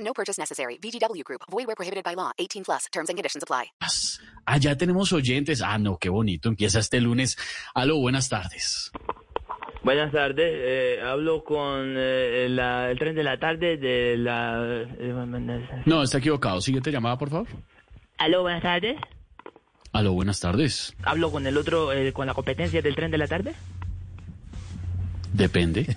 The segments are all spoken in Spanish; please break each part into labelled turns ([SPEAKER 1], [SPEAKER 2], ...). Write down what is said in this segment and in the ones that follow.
[SPEAKER 1] No purchase necessary. VGW Group. Void where prohibited by law. 18 plus. Terms and conditions apply.
[SPEAKER 2] Allá tenemos oyentes. Ah, no, qué bonito. Empieza este lunes. Aló, buenas tardes.
[SPEAKER 3] Buenas tardes, eh, hablo con eh, la- el tren de la tarde de la... eh,
[SPEAKER 2] No, está equivocado. Siguiente llamada, por favor.
[SPEAKER 3] Aló, buenas tardes,
[SPEAKER 2] Aló, buenas tardes.
[SPEAKER 3] hablo con el otro, eh, con la competencia del tren de la tarde.
[SPEAKER 2] Depende.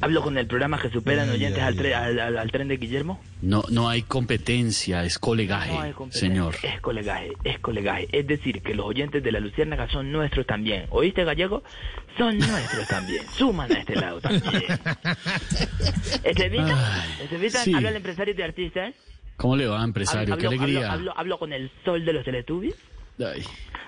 [SPEAKER 3] Hablo con el programa que superan oyentes al, tre- al, al- al tren de Guillermo.
[SPEAKER 2] No, no hay competencia, es colegaje,
[SPEAKER 3] No hay competencia.
[SPEAKER 2] señor.
[SPEAKER 3] Es colegaje, es colegaje. Es decir, que los oyentes de la Luciérnaga son nuestros también. ¿Oíste, gallego? Son nuestros también. Suman a este lado también. Estevita,
[SPEAKER 2] Ay,
[SPEAKER 3] Estevita,
[SPEAKER 2] sí.
[SPEAKER 3] habla el empresario de artistas.
[SPEAKER 2] ¿Cómo le va, empresario?
[SPEAKER 3] hablo,
[SPEAKER 2] qué alegría.
[SPEAKER 3] hablo- hablo con el sol de los Teletubbies.
[SPEAKER 2] Ay,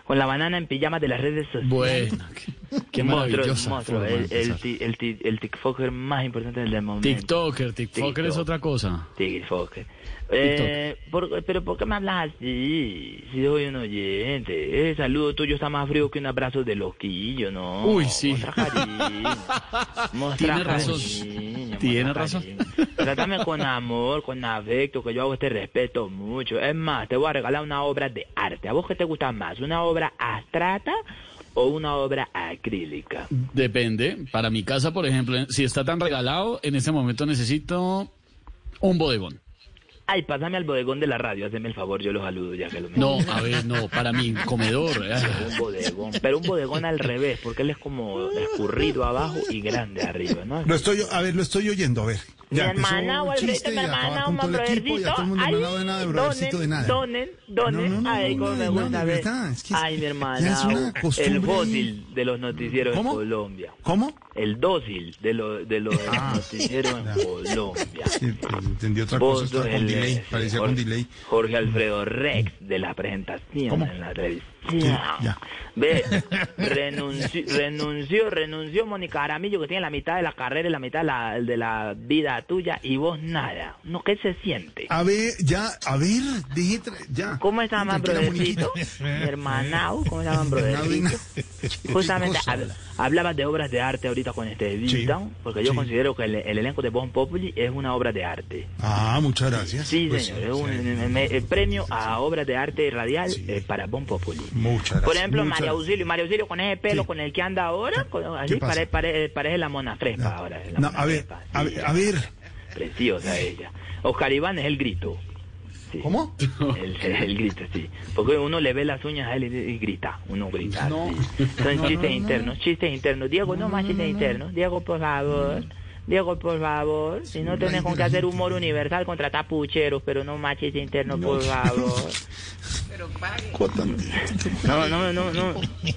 [SPEAKER 3] con la banana en pijama de las redes sociales.
[SPEAKER 2] bueno, qué, qué
[SPEAKER 3] monstruo,
[SPEAKER 2] maravillosa
[SPEAKER 3] monstruo,
[SPEAKER 2] forma de
[SPEAKER 3] el, el,
[SPEAKER 2] empezar.
[SPEAKER 3] ti- el, ti- el TikToker más importante del momento.
[SPEAKER 2] TikToker, TikToker es
[SPEAKER 3] TikTok.
[SPEAKER 2] otra cosa.
[SPEAKER 3] TikToker. Eh, por- pero ¿por qué me hablas así? Si soy un oyente. eh, El saludo tuyo está más frío que un abrazo de loquillo, ¿no?
[SPEAKER 2] Uy, sí.
[SPEAKER 3] Mostra cariño. Mostra
[SPEAKER 2] Tiene razón.
[SPEAKER 3] cariño,
[SPEAKER 2] Tiene
[SPEAKER 3] mostra
[SPEAKER 2] razón.
[SPEAKER 3] cariño. Trátame con amor, con afecto, que yo hago este respeto mucho. Es más, te voy a regalar una obra de arte. ¿A vos qué te gusta más? ¿Una obra abstrata o una obra acrílica?
[SPEAKER 2] Depende. Para mi casa, por ejemplo, si está tan regalado, en este momento necesito un bodegón.
[SPEAKER 3] Ay, pásame al bodegón de la radio, hazme el favor, yo los saludo ya que lo
[SPEAKER 2] No, a ver, no, para mi comedor. Ah.
[SPEAKER 3] Un bodegón, pero un bodegón al revés, porque él es como escurrido abajo y grande arriba, ¿no?
[SPEAKER 4] Lo estoy, a ver, lo estoy oyendo, a ver.
[SPEAKER 3] Mi
[SPEAKER 4] empezó
[SPEAKER 3] hermana,
[SPEAKER 4] el
[SPEAKER 3] o
[SPEAKER 4] chiste
[SPEAKER 3] mi
[SPEAKER 4] y acabar
[SPEAKER 3] hermana,
[SPEAKER 4] con
[SPEAKER 3] un
[SPEAKER 4] todo el equipo,
[SPEAKER 3] brothercito.
[SPEAKER 4] ya todo el mundo me hablaba de nada, de brothercito, de
[SPEAKER 3] donen,
[SPEAKER 4] nada.
[SPEAKER 3] donen, donen.
[SPEAKER 4] No, no, no,
[SPEAKER 3] Ay, cómo
[SPEAKER 4] no,
[SPEAKER 3] me
[SPEAKER 4] no,
[SPEAKER 3] gusta
[SPEAKER 4] de
[SPEAKER 3] ver.
[SPEAKER 4] verdad, es que es-
[SPEAKER 3] Ay, mi
[SPEAKER 4] ya
[SPEAKER 3] hermana,
[SPEAKER 4] es una
[SPEAKER 3] el
[SPEAKER 4] costumbre.
[SPEAKER 3] dócil de los noticieros
[SPEAKER 4] ¿Cómo?
[SPEAKER 3] en Colombia.
[SPEAKER 4] ¿Cómo?
[SPEAKER 3] El dócil de, lo- de los noticieros en Colombia.
[SPEAKER 4] Ah, Sí, pues, entendí otra
[SPEAKER 3] Vos
[SPEAKER 4] cosa, estaba
[SPEAKER 3] del-
[SPEAKER 4] con delay,
[SPEAKER 3] sí,
[SPEAKER 4] parecía
[SPEAKER 3] Jorge-
[SPEAKER 4] con delay. Mm.
[SPEAKER 3] Jorge Alfredo Rex de la presentación
[SPEAKER 4] ¿Cómo?
[SPEAKER 3] en la televisión.
[SPEAKER 4] Sí, ya.
[SPEAKER 3] Ve, renunci- renunció, renunció Mónica Aramillo que tiene la mitad de la carrera y la mitad de la, de la vida tuya y vos nada. No, ¿qué se siente?
[SPEAKER 4] A ver, ya, a ver, deje, tra- ya.
[SPEAKER 3] ¿Cómo se llaman,
[SPEAKER 4] Tranquila,
[SPEAKER 3] brodercito?
[SPEAKER 4] muñequita.
[SPEAKER 3] Mi hermanao, ¿cómo se llaman,
[SPEAKER 4] Nadina.
[SPEAKER 3] brodercito? Justamente
[SPEAKER 4] Qué cosa.
[SPEAKER 3] hab- hablabas de obras de arte ahorita con este
[SPEAKER 4] Sí,
[SPEAKER 3] Vita, porque yo
[SPEAKER 4] sí.
[SPEAKER 3] considero que el, el elenco de Bon Populi es una obra de arte.
[SPEAKER 4] Ah, muchas gracias.
[SPEAKER 3] Sí,
[SPEAKER 4] Pues,
[SPEAKER 3] señor, es un
[SPEAKER 4] sí.
[SPEAKER 3] me- me- el premio a obras de arte radial eh, para Bon Populi.
[SPEAKER 4] Muchas gracias.
[SPEAKER 3] Por ejemplo,
[SPEAKER 4] muchas
[SPEAKER 3] María
[SPEAKER 4] gracias.
[SPEAKER 3] Auxilio, María Auxilio con ese pelo
[SPEAKER 4] Sí.
[SPEAKER 3] con el que anda ahora, con- así
[SPEAKER 4] pasa?
[SPEAKER 3] pare- pare- parece la mona fresca ahora. la
[SPEAKER 4] No,
[SPEAKER 3] Mona
[SPEAKER 4] a ver,
[SPEAKER 3] Frespa,
[SPEAKER 4] a
[SPEAKER 3] sí,
[SPEAKER 4] ver, a ver.
[SPEAKER 3] Preciosa ella. Oscar Iván es el grito. Sí.
[SPEAKER 4] ¿Cómo?
[SPEAKER 3] El, el grito, sí. Porque uno le ve las uñas a él y, y grita. Uno grita. sí. Son chistes internos, chistes internos. Diego, no, más chistes internos. Diego, por favor. Diego, por favor. Si no tenés con qué hacer humor universal, contrata pucheros, pero no más chistes internos, por favor. No, no, no, no,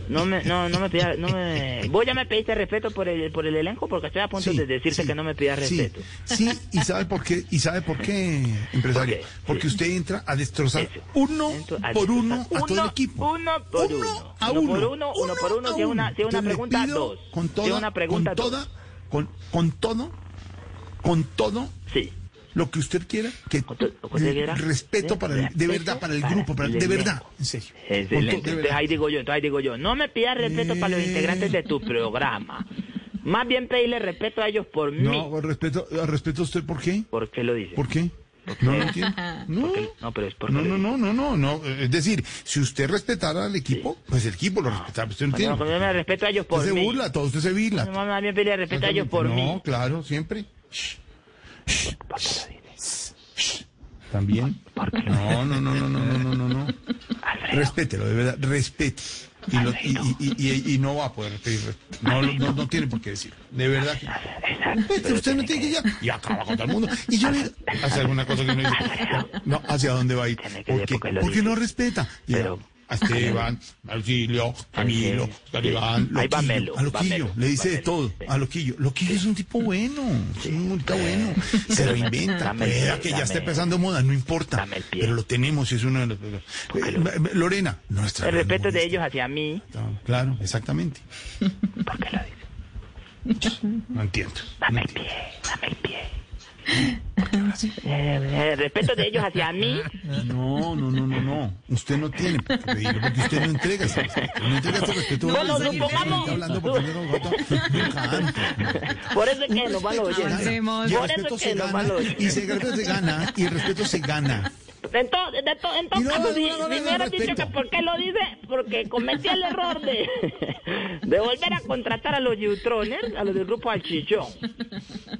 [SPEAKER 3] no me, no, no me pidas, no me... Vos ya me pediste respeto por el, por el elenco porque estoy a punto
[SPEAKER 4] Sí,
[SPEAKER 3] de decirte
[SPEAKER 4] sí,
[SPEAKER 3] que no me pidas
[SPEAKER 4] sí,
[SPEAKER 3] respeto.
[SPEAKER 4] Sí, y sabe por qué, y sabe por qué, empresario.
[SPEAKER 3] ¿Por qué?
[SPEAKER 4] Porque
[SPEAKER 3] Sí.
[SPEAKER 4] usted entra a destrozar
[SPEAKER 3] Eso.
[SPEAKER 4] uno
[SPEAKER 3] Entonces, al-
[SPEAKER 4] por uno a todo el
[SPEAKER 3] uno-
[SPEAKER 4] equipo.
[SPEAKER 3] uno por uno.
[SPEAKER 4] a
[SPEAKER 3] Uno
[SPEAKER 4] uno.
[SPEAKER 3] por uno, uno por uno. Si es una- si es una
[SPEAKER 4] Entonces, le
[SPEAKER 3] pregunta,
[SPEAKER 4] pido
[SPEAKER 3] dos.
[SPEAKER 4] Con
[SPEAKER 3] Si es
[SPEAKER 4] toda,
[SPEAKER 3] una pregunta,
[SPEAKER 4] con toda, con, con todo, con todo
[SPEAKER 3] Sí.
[SPEAKER 4] lo que usted quiera, que
[SPEAKER 3] Con todo lo que usted quiera.
[SPEAKER 4] respeto
[SPEAKER 3] Sí,
[SPEAKER 4] para el, de
[SPEAKER 3] respeto
[SPEAKER 4] verdad para el
[SPEAKER 3] para
[SPEAKER 4] grupo, para-
[SPEAKER 3] el
[SPEAKER 4] de verdad,
[SPEAKER 3] elenco.
[SPEAKER 4] en serio. Con Eh. todo, de
[SPEAKER 3] Excelente. Entonces
[SPEAKER 4] verdad.
[SPEAKER 3] ahí digo yo, entonces ahí digo yo, no me pidas respeto para los integrantes de tu programa. Más bien pedirle respeto a ellos por
[SPEAKER 4] No,
[SPEAKER 3] mí.
[SPEAKER 4] con respeto, al respeto a usted, ¿por qué?
[SPEAKER 3] ¿Por qué lo dices?
[SPEAKER 4] ¿Por qué? No lo entiendo. No.
[SPEAKER 3] Porque- no, pero es porque...
[SPEAKER 4] No, no, no, no, no, no. Es decir, si usted respetara al equipo, pues el equipo lo respetaba. Usted no
[SPEAKER 3] Bueno,
[SPEAKER 4] tiene.
[SPEAKER 3] no, yo me respeto a ellos por
[SPEAKER 4] Usted se
[SPEAKER 3] mí.
[SPEAKER 4] burla, todo usted se
[SPEAKER 3] No,
[SPEAKER 4] vila.
[SPEAKER 3] Más bien pedirle respeto a ellos por
[SPEAKER 4] no,
[SPEAKER 3] mí.
[SPEAKER 4] claro, siempre. Shh,
[SPEAKER 3] ¿Por qué lo dices?
[SPEAKER 4] También. No, no, no, no, no, no, no, no, no. Respételo, de verdad, respete. Y, lo- y, y- y- y- y no va a poder pedir respeto. No, lo- no, no tiene por qué decir. De verdad que. Respete, usted no tiene que ya. Y acaba con todo el mundo. Y yo le. Hace alguna cosa que no dice. No, ¿hacia dónde va a ir?
[SPEAKER 3] Tiene que
[SPEAKER 4] ¿Por
[SPEAKER 3] ver
[SPEAKER 4] qué?
[SPEAKER 3] por qué lo
[SPEAKER 4] Porque no
[SPEAKER 3] dice.
[SPEAKER 4] respeta. Y ya,
[SPEAKER 3] Pero-
[SPEAKER 4] a Esteban, a Auxilio, Camilo, Caribán,
[SPEAKER 3] Ahí va Melo,
[SPEAKER 4] Loquillo, a Loquillo,
[SPEAKER 3] va Melo,
[SPEAKER 4] le dice
[SPEAKER 3] va
[SPEAKER 4] de
[SPEAKER 3] Melo,
[SPEAKER 4] todo,
[SPEAKER 3] sí.
[SPEAKER 4] a Loquillo. Loquillo es un tipo bueno, es un multa bueno, se lo inventa,
[SPEAKER 3] Dame,
[SPEAKER 4] pueda que ya
[SPEAKER 3] dame.
[SPEAKER 4] esté pasando moda, no importa,
[SPEAKER 3] Dame el pie.
[SPEAKER 4] pero lo tenemos y es uno de los... Eh, Lorena, nuestra...
[SPEAKER 3] El
[SPEAKER 4] gran
[SPEAKER 3] respeto de
[SPEAKER 4] humorista.
[SPEAKER 3] ellos hacia mí.
[SPEAKER 4] Ah, Claro, exactamente.
[SPEAKER 3] ¿Por qué lo dice?
[SPEAKER 4] No entiendo. no
[SPEAKER 3] Dame el
[SPEAKER 4] entiendo.
[SPEAKER 3] pie, dame el pie. Eh, El respeto de ellos hacia mí.
[SPEAKER 4] No, no, no, no, no. Usted no tiene por qué pedirlo porque usted no entrega ese respeto. No entrega ese respeto.
[SPEAKER 3] No nos
[SPEAKER 4] Usted
[SPEAKER 3] supongamos.
[SPEAKER 4] está hablando porque no nos vota nunca antes.
[SPEAKER 3] Por eso es que nos van los oyentes.
[SPEAKER 5] Avancemos.
[SPEAKER 4] Y el
[SPEAKER 3] Por eso
[SPEAKER 4] respeto
[SPEAKER 3] es
[SPEAKER 4] se
[SPEAKER 3] que nos
[SPEAKER 4] gana.
[SPEAKER 3] van los
[SPEAKER 4] Y
[SPEAKER 3] oyentes.
[SPEAKER 4] se gana, se gana. Y el respeto se gana.
[SPEAKER 3] En todo, de to- en todo
[SPEAKER 4] Y no,
[SPEAKER 3] caso,
[SPEAKER 4] no,
[SPEAKER 3] si,
[SPEAKER 4] no, no,
[SPEAKER 3] si
[SPEAKER 4] no,
[SPEAKER 3] me
[SPEAKER 4] no,
[SPEAKER 3] hubieras dicho
[SPEAKER 4] respeto.
[SPEAKER 3] que por qué lo dice, porque cometí el error de, de volver a contratar a los Neutroners, a los del grupo Alchichón.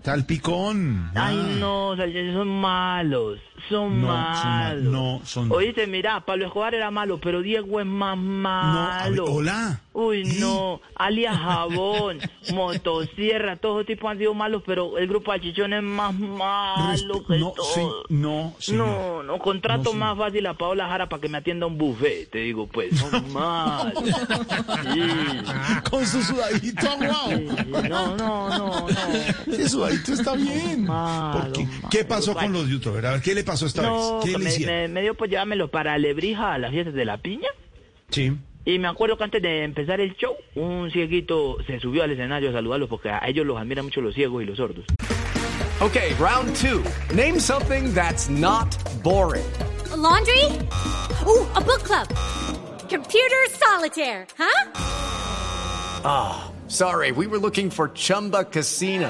[SPEAKER 4] Salpicón.
[SPEAKER 3] Ay,
[SPEAKER 4] Ah.
[SPEAKER 3] no, Salchichón, son malos, son
[SPEAKER 4] No, son mal-
[SPEAKER 3] malos.
[SPEAKER 4] no, son-
[SPEAKER 3] Oíste, mira, Pablo Escobar era malo, pero Diego es más
[SPEAKER 4] No, a ver,
[SPEAKER 3] malo.
[SPEAKER 4] hola.
[SPEAKER 3] Uy,
[SPEAKER 4] Sí.
[SPEAKER 3] no, alias Jabón, Motosierra, todos esos tipos han sido malos, pero el grupo Alchichón es más malo
[SPEAKER 4] Respe-
[SPEAKER 3] que
[SPEAKER 4] no,
[SPEAKER 3] todo.
[SPEAKER 4] sí, no, señor.
[SPEAKER 3] No, no, contrato
[SPEAKER 4] No, sí.
[SPEAKER 3] más fácil a Paola Jara para que me atienda un buffet. Te digo, pues, son malos. Sí.
[SPEAKER 4] Ah, Con su sudadito
[SPEAKER 3] Sí,
[SPEAKER 4] aguado.
[SPEAKER 3] No, no, no, no.
[SPEAKER 4] Ese sudadito está bien.
[SPEAKER 3] Malo,
[SPEAKER 4] ¿Por qué?
[SPEAKER 3] malo.
[SPEAKER 4] ¿Qué pasó con los youtubers? A ver, ¿qué le pasó esta
[SPEAKER 3] No,
[SPEAKER 4] vez? ¿Qué le
[SPEAKER 3] me,
[SPEAKER 4] hicieron?
[SPEAKER 3] me- me dio por llevármelo para Lebrija a las fiestas de la piña.
[SPEAKER 4] Sí.
[SPEAKER 3] Y me acuerdo que antes de empezar el show, un cieguito se subió al escenario a saludarlos porque a ellos los admiran mucho los ciegos y los sordos.
[SPEAKER 6] Okay, round two. Name something that's not boring.
[SPEAKER 7] laundry? Ooh, a book club. Computer solitaire, huh?
[SPEAKER 6] Sorry, we were looking for Chumba Casino.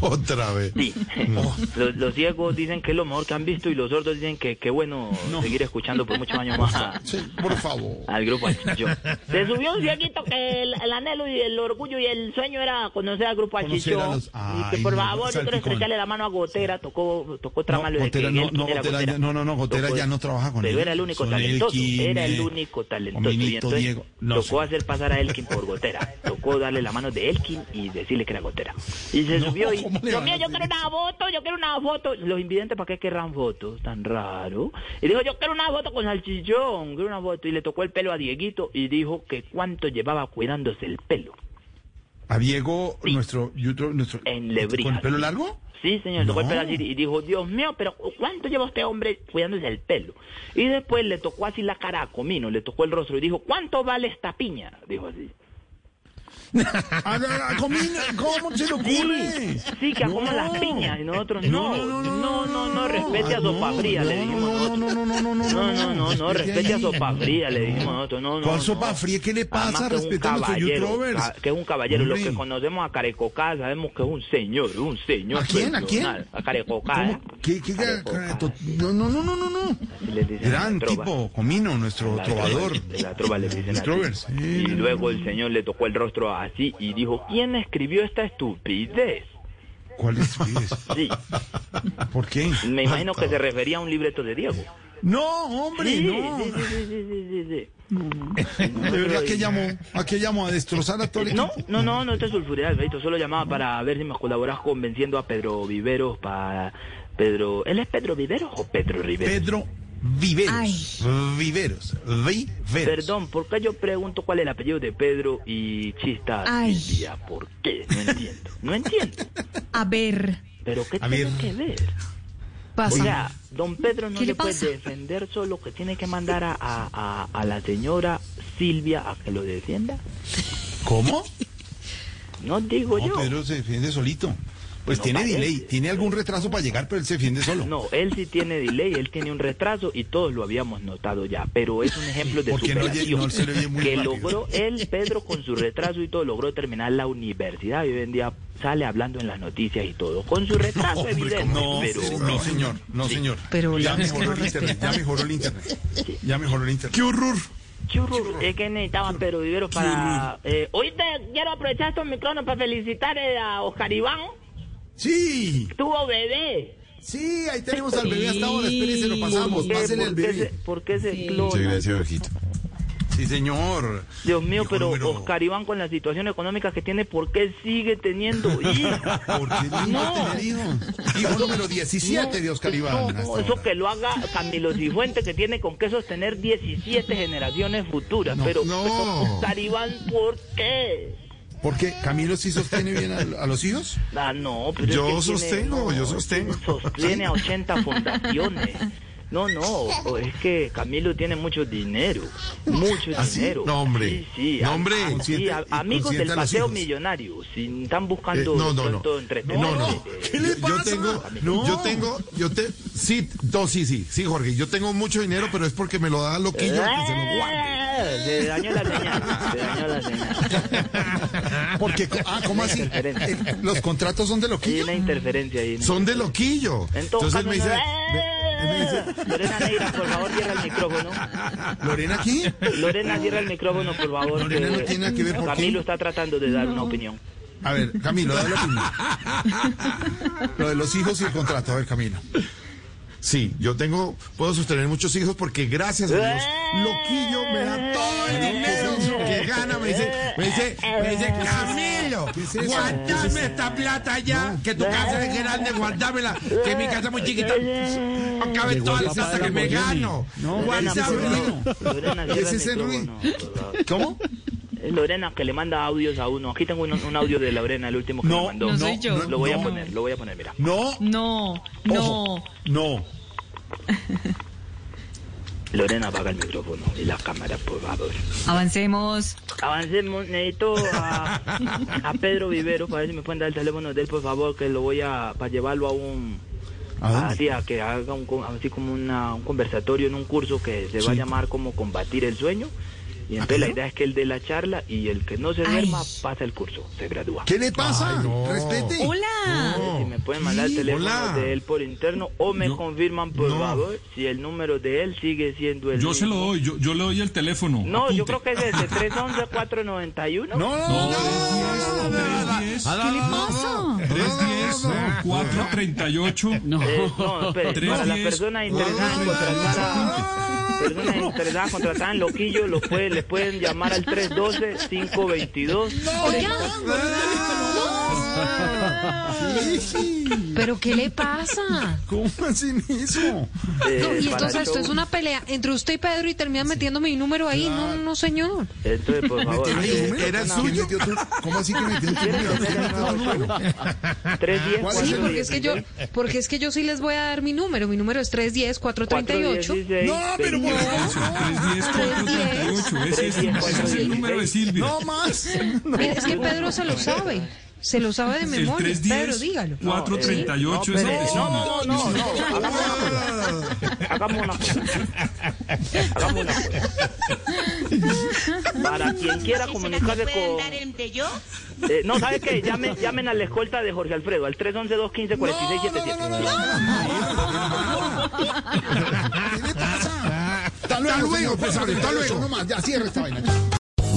[SPEAKER 4] Otra vez. Oh,
[SPEAKER 3] Sí. Los, los ciegos dicen que es lo mejor que han visto y los sordos dicen que qué bueno seguir escuchando por muchos años más.
[SPEAKER 4] Sí, por favor.
[SPEAKER 3] al grupo Achichón. Se subió un cieguito que el, el anhelo y el orgullo y el sueño era conocer al grupo
[SPEAKER 4] Conocer a
[SPEAKER 3] Achichón.
[SPEAKER 4] los-
[SPEAKER 3] y
[SPEAKER 4] Ay,
[SPEAKER 3] que por
[SPEAKER 4] no,
[SPEAKER 3] favor, yo quiero
[SPEAKER 4] salpicón.
[SPEAKER 3] estrecharle la mano a Gotera, tocó, tocó trama lo de
[SPEAKER 4] Gotera,
[SPEAKER 3] que
[SPEAKER 4] no,
[SPEAKER 3] él
[SPEAKER 4] no,
[SPEAKER 3] era
[SPEAKER 4] Gotera ya- no, no, no, Gotera ya no trabaja con
[SPEAKER 3] Pero
[SPEAKER 4] él.
[SPEAKER 3] era el único
[SPEAKER 4] Son
[SPEAKER 3] talentoso, era el
[SPEAKER 4] Elkin,
[SPEAKER 3] único talentoso.
[SPEAKER 4] Ominito,
[SPEAKER 3] y entonces
[SPEAKER 4] Diego. No,
[SPEAKER 3] tocó
[SPEAKER 4] señor.
[SPEAKER 3] hacer pasar a Elkin por Gotera. tocó darle la mano de Elkin y decirle que era Gotera. Y se
[SPEAKER 4] No,
[SPEAKER 3] subió y,
[SPEAKER 4] ¿cómo le
[SPEAKER 3] Dios
[SPEAKER 4] van a
[SPEAKER 3] mío, yo
[SPEAKER 4] hacer
[SPEAKER 3] quiero una foto, yo quiero una foto. Los invidentes, ¿para qué querrán fotos? Tan raro. Y dijo, yo quiero una foto con salchichón, quiero una foto. Y le tocó el pelo a Dieguito y dijo que cuánto llevaba cuidándose el pelo.
[SPEAKER 4] A Diego,
[SPEAKER 3] Sí.
[SPEAKER 4] nuestro YouTube, nuestro.
[SPEAKER 3] En Lebrija.
[SPEAKER 4] ¿Con el pelo largo?
[SPEAKER 3] Sí, señor, tocó el
[SPEAKER 4] No.
[SPEAKER 3] pelo así y dijo, Dios mío, pero ¿cuánto lleva este hombre cuidándose el pelo? Y después le tocó así la cara a Comino, le tocó el rostro y dijo, ¿cuánto vale esta piña? Dijo así.
[SPEAKER 4] A ver, a Ah, Comino, ¿Cómo se le ocurre?
[SPEAKER 3] Sí, que
[SPEAKER 4] No.
[SPEAKER 3] como las piñas y nosotros no.
[SPEAKER 4] No, no,
[SPEAKER 3] No,
[SPEAKER 4] no,
[SPEAKER 3] no, no, respete a
[SPEAKER 4] Ah, no,
[SPEAKER 3] sopa fría, le
[SPEAKER 4] no,
[SPEAKER 3] dijimos
[SPEAKER 4] no,
[SPEAKER 3] nosotros.
[SPEAKER 4] no, no, no, no, no,
[SPEAKER 3] No, no, no, no,
[SPEAKER 4] respete
[SPEAKER 3] respete a
[SPEAKER 4] ahí.
[SPEAKER 3] sopa fría, le dijimos nosotros, no, no.
[SPEAKER 4] ¿Cuál
[SPEAKER 3] no.
[SPEAKER 4] sopa fría? ¿Qué le pasa?
[SPEAKER 3] Además, Ah, que es un
[SPEAKER 4] Respete a nuestros
[SPEAKER 3] caballero,
[SPEAKER 4] youtubers.
[SPEAKER 3] ca- Que es un caballero, los
[SPEAKER 4] Hombre.
[SPEAKER 3] que conocemos a Carecocá sabemos que es un señor, un señor.
[SPEAKER 4] ¿A quién? ¿A quién?
[SPEAKER 3] profesional. A Carecocá. ¿eh?
[SPEAKER 4] ¿Cómo? ¿Qué, qué, qué- no, no, no, no, no, no.
[SPEAKER 3] Y les dicen
[SPEAKER 4] Gran
[SPEAKER 3] la trova.
[SPEAKER 4] tipo, Comino, nuestro
[SPEAKER 3] La trova,
[SPEAKER 4] trovador.
[SPEAKER 3] de la trova le dicen así.
[SPEAKER 4] Youtubers, sí.
[SPEAKER 3] Y luego el señor le tocó el rostro así y dijo, ¿quién escribió esta estupidez?
[SPEAKER 4] ¿Cuál es? ¿Qué es?
[SPEAKER 3] Sí,
[SPEAKER 4] ¿Por qué?
[SPEAKER 3] me imagino que se refería a un libreto de Diego.
[SPEAKER 4] No, hombre,
[SPEAKER 3] Sí,
[SPEAKER 4] no.
[SPEAKER 3] sí, sí, sí, sí, sí, sí,
[SPEAKER 4] De verdad que llamó, a que llamó a destrozar a todo el
[SPEAKER 3] sí. No,
[SPEAKER 4] equipo?
[SPEAKER 3] no, no, no te sulfureas, Beto. Solo llamaba
[SPEAKER 4] Mm.
[SPEAKER 3] para ver si me colaboras convenciendo a Pedro Viveros para... Pedro... ¿Él es Pedro Viveros o Pedro Rivero?
[SPEAKER 4] Pedro Viveros. Viveros. Viveros.
[SPEAKER 3] Perdón, ¿por qué yo pregunto cuál es el apellido de Pedro y Chista
[SPEAKER 5] Ay.
[SPEAKER 3] Silvia? ¿Por qué? No entiendo. No entiendo.
[SPEAKER 5] A ver,
[SPEAKER 3] ¿Pero qué
[SPEAKER 4] A
[SPEAKER 3] tiene
[SPEAKER 4] ver.
[SPEAKER 3] que ver? O
[SPEAKER 5] pasa.
[SPEAKER 3] sea, don Pedro no
[SPEAKER 5] ¿Qué
[SPEAKER 3] le
[SPEAKER 5] le
[SPEAKER 3] puede
[SPEAKER 5] pasa?
[SPEAKER 3] defender solo que tiene que mandar a, a- a- a la señora Silvia a que lo defienda.
[SPEAKER 4] ¿Cómo?
[SPEAKER 3] No digo
[SPEAKER 4] No,
[SPEAKER 3] yo.
[SPEAKER 4] Pedro se defiende solito. Pues
[SPEAKER 3] No
[SPEAKER 4] tiene
[SPEAKER 3] parece.
[SPEAKER 4] delay, tiene algún retraso para llegar, pero él se defiende solo.
[SPEAKER 3] No, él sí tiene delay, él tiene un retraso y todos lo habíamos notado ya, pero es un ejemplo de
[SPEAKER 4] Porque no oye-
[SPEAKER 3] superación
[SPEAKER 4] no se le oye muy
[SPEAKER 3] que
[SPEAKER 4] rápido.
[SPEAKER 3] logró él, Pedro, con su retraso y todo, logró terminar la universidad y hoy en día sale hablando en las noticias y todo, con su retraso
[SPEAKER 4] Hombre,
[SPEAKER 3] evidente,
[SPEAKER 4] ¿cómo? no,
[SPEAKER 3] pero...
[SPEAKER 4] señor, no, señor, no, señor.
[SPEAKER 5] Pero
[SPEAKER 4] ya
[SPEAKER 5] la verdad es que
[SPEAKER 4] mejoró
[SPEAKER 5] no
[SPEAKER 4] el internet,
[SPEAKER 5] respeta.
[SPEAKER 4] ya mejoró el internet. Ya mejoró el internet. ¡Qué horror!
[SPEAKER 3] Churro, es que necesitaban eh, Pedro Viveros para... Eh, hoy te quiero aprovechar estos micrófonos para felicitar eh, a Oscar Iván,
[SPEAKER 4] Sí,
[SPEAKER 3] tuvo bebé.
[SPEAKER 4] Sí, ahí tenemos al bebé hasta ahora. Espérense, lo pasamos.
[SPEAKER 3] ¿Por qué?
[SPEAKER 4] Pásenle al
[SPEAKER 3] Eh, ¿Por qué
[SPEAKER 4] bebé.
[SPEAKER 3] se- ¿Por qué se
[SPEAKER 5] Muchas
[SPEAKER 3] clona?
[SPEAKER 5] gracias, Jorgito.
[SPEAKER 4] Sí, señor.
[SPEAKER 3] Dios mío,
[SPEAKER 4] Hijo
[SPEAKER 3] pero
[SPEAKER 4] número-
[SPEAKER 3] Oscar Iván con la situación económica que tiene, ¿por qué sigue teniendo hijos?
[SPEAKER 4] ¿Por qué lindo tener hijo? Hijo número 17 de Oscar Iván.
[SPEAKER 3] No,
[SPEAKER 4] hasta
[SPEAKER 3] no,
[SPEAKER 4] ahora.
[SPEAKER 3] eso que lo haga Camilo Cifuente, que tiene con qué sostener 17 generaciones futuras.
[SPEAKER 4] No,
[SPEAKER 3] pero,
[SPEAKER 4] no.
[SPEAKER 3] pero, Oscar Iván, ¿por qué?
[SPEAKER 4] Porque Camilo sí sostiene bien a, a los hijos.
[SPEAKER 3] Ah, no, pero
[SPEAKER 5] Yo
[SPEAKER 3] es que tiene-
[SPEAKER 5] sostengo,
[SPEAKER 3] no,
[SPEAKER 5] yo sostengo.
[SPEAKER 3] Sostiene a 80 fundaciones. No, no, o es que Camilo tiene mucho dinero, mucho
[SPEAKER 4] ¿Ah, sí?
[SPEAKER 3] dinero.
[SPEAKER 4] No, hombre.
[SPEAKER 3] Sí, sí,
[SPEAKER 4] No,
[SPEAKER 3] a-
[SPEAKER 4] hombre.
[SPEAKER 3] a- sí, a-
[SPEAKER 4] Consiente-
[SPEAKER 3] amigos del
[SPEAKER 4] consiente a los
[SPEAKER 3] paseo
[SPEAKER 4] hijos.
[SPEAKER 3] millonario, si están
[SPEAKER 4] Eh,
[SPEAKER 3] buscando
[SPEAKER 4] no, no, no.
[SPEAKER 3] pronto entretenerse.
[SPEAKER 4] No, no.
[SPEAKER 3] Eh,
[SPEAKER 4] le
[SPEAKER 5] Yo tengo,
[SPEAKER 4] No.
[SPEAKER 5] yo tengo, yo te, sí, no, sí, sí, sí, Jorge, yo tengo mucho dinero, pero es porque me lo da loquillo que se lo guarde.
[SPEAKER 3] eh, Se dañó la señal, se dañó la señal. Eh.
[SPEAKER 4] Porque, co- ah, ¿cómo así?
[SPEAKER 5] Eh,
[SPEAKER 4] El- los contratos son de
[SPEAKER 3] Hay
[SPEAKER 4] loquillo.
[SPEAKER 3] una interferencia ahí. ¿no?
[SPEAKER 5] Son de loquillo.
[SPEAKER 3] En todo
[SPEAKER 5] Entonces él
[SPEAKER 3] caso,
[SPEAKER 5] me
[SPEAKER 3] no-
[SPEAKER 5] dice,
[SPEAKER 3] ¡Eh! Lorena Neira, por favor, cierra el micrófono.
[SPEAKER 4] Lorena aquí.
[SPEAKER 3] Lorena, cierra el micrófono, por favor.
[SPEAKER 4] Lorena no tiene nada que ver, ¿por qué?
[SPEAKER 3] Camilo está tratando de dar una opinión.
[SPEAKER 4] A ver, Camilo, dale la opinión. Lo de los hijos y el contrato. A ver, Camilo.
[SPEAKER 5] sí, yo tengo, puedo sostener muchos hijos porque gracias a Dios, loquillo me da todo el dinero que gana, me dice, me dice, me dice, Camilo, guárdame esta plata ya, que tu casa es grande, guárdamela, que mi casa es muy chiquita, acabe toda la plata que me gano.
[SPEAKER 3] Lorena,
[SPEAKER 5] Guárdame.
[SPEAKER 3] por favor. Lorena,
[SPEAKER 4] ¿Qué es
[SPEAKER 3] cierra
[SPEAKER 4] ese
[SPEAKER 3] el micrófono. por favor.
[SPEAKER 4] ¿Cómo?
[SPEAKER 3] Eh, Lorena, que le manda audios a uno. Aquí tengo un, un audio de Lorena, el último que
[SPEAKER 4] No,
[SPEAKER 3] me mandó.
[SPEAKER 4] no soy yo.
[SPEAKER 3] Lo voy a
[SPEAKER 4] No.
[SPEAKER 3] poner, lo voy a poner, mira.
[SPEAKER 4] No.
[SPEAKER 8] No,
[SPEAKER 4] Ojo, No.
[SPEAKER 3] Lorena, apaga el micrófono y la cámara, por favor.
[SPEAKER 8] avancemos.
[SPEAKER 3] Avancemos, necesito a, a Pedro Vivero para ver si me pueden dar el teléfono de él, por favor, que lo voy a, para llevarlo a un,
[SPEAKER 4] ¿A dónde?
[SPEAKER 3] así, a que haga un, co- así como una- un conversatorio en un curso que se va a llamar como combatir el sueño. Y entonces la idea es que él dé la charla y el que no se duerma pasa el curso, se gradúa.
[SPEAKER 4] ¿Qué le pasa?
[SPEAKER 5] Ay, no.
[SPEAKER 4] Respete.
[SPEAKER 8] Hola.
[SPEAKER 3] Si me pueden mandar el
[SPEAKER 5] Sí,
[SPEAKER 3] teléfono
[SPEAKER 5] hola.
[SPEAKER 3] de él por interno o me confirman por
[SPEAKER 5] no.
[SPEAKER 3] favor si el número de él sigue siendo el
[SPEAKER 9] Yo se lo
[SPEAKER 3] mismo.
[SPEAKER 9] doy, yo, yo le doy el teléfono.
[SPEAKER 3] No, yo creo
[SPEAKER 9] apunte.
[SPEAKER 3] que es ese, 311-491.
[SPEAKER 4] No, no, no.
[SPEAKER 9] No, 310,
[SPEAKER 8] ¿Qué le pasa?
[SPEAKER 9] 310, 438.
[SPEAKER 2] No.
[SPEAKER 3] Eh, no, espere,
[SPEAKER 9] Tres,
[SPEAKER 3] para las
[SPEAKER 9] diez. Ah,
[SPEAKER 3] personas interesadas en contratar a personas interesadas en contratar en Loquillo los pueden, les pueden llamar al 312 522
[SPEAKER 8] ¿Pero qué le pasa?
[SPEAKER 4] ¿Cómo hacen eso?
[SPEAKER 8] No, y
[SPEAKER 3] para
[SPEAKER 8] entonces esto es
[SPEAKER 3] show.
[SPEAKER 8] una pelea entre usted y Pedro y termina metiendo mi número ahí. No, no, señor.
[SPEAKER 3] Entonces, por favor, eh,
[SPEAKER 4] ¿Era suyo? ¿Cómo así que metió tu número?
[SPEAKER 3] 310
[SPEAKER 8] Sí, porque es que yo, porque es que yo sí les voy a dar mi número. Mi número es 310 438.
[SPEAKER 4] No, pero por favor.
[SPEAKER 9] Eso, 310, 438. Ese es, ese es el número de Silvia.
[SPEAKER 4] No más.
[SPEAKER 8] Mire, Es que Pedro se lo sabe. Se lo sabe de
[SPEAKER 9] el
[SPEAKER 8] memoria. Pedro,
[SPEAKER 9] 310,
[SPEAKER 8] dígalo.
[SPEAKER 9] 438 es el de Silvia.
[SPEAKER 3] No, no, no, no, hagamos una cosa. Hagamos una cosa. Hagamos una cosa. Para quien quiera comunicarse con. Eh, no, ¿sabes qué? Llamen, llamen a la escolta de Jorge Alfredo, al 311-215-4677.
[SPEAKER 4] ¿Qué le pasa? Hasta luego, empresario. Hasta luego. No más, ya cierra esta vaina.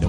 [SPEAKER 6] No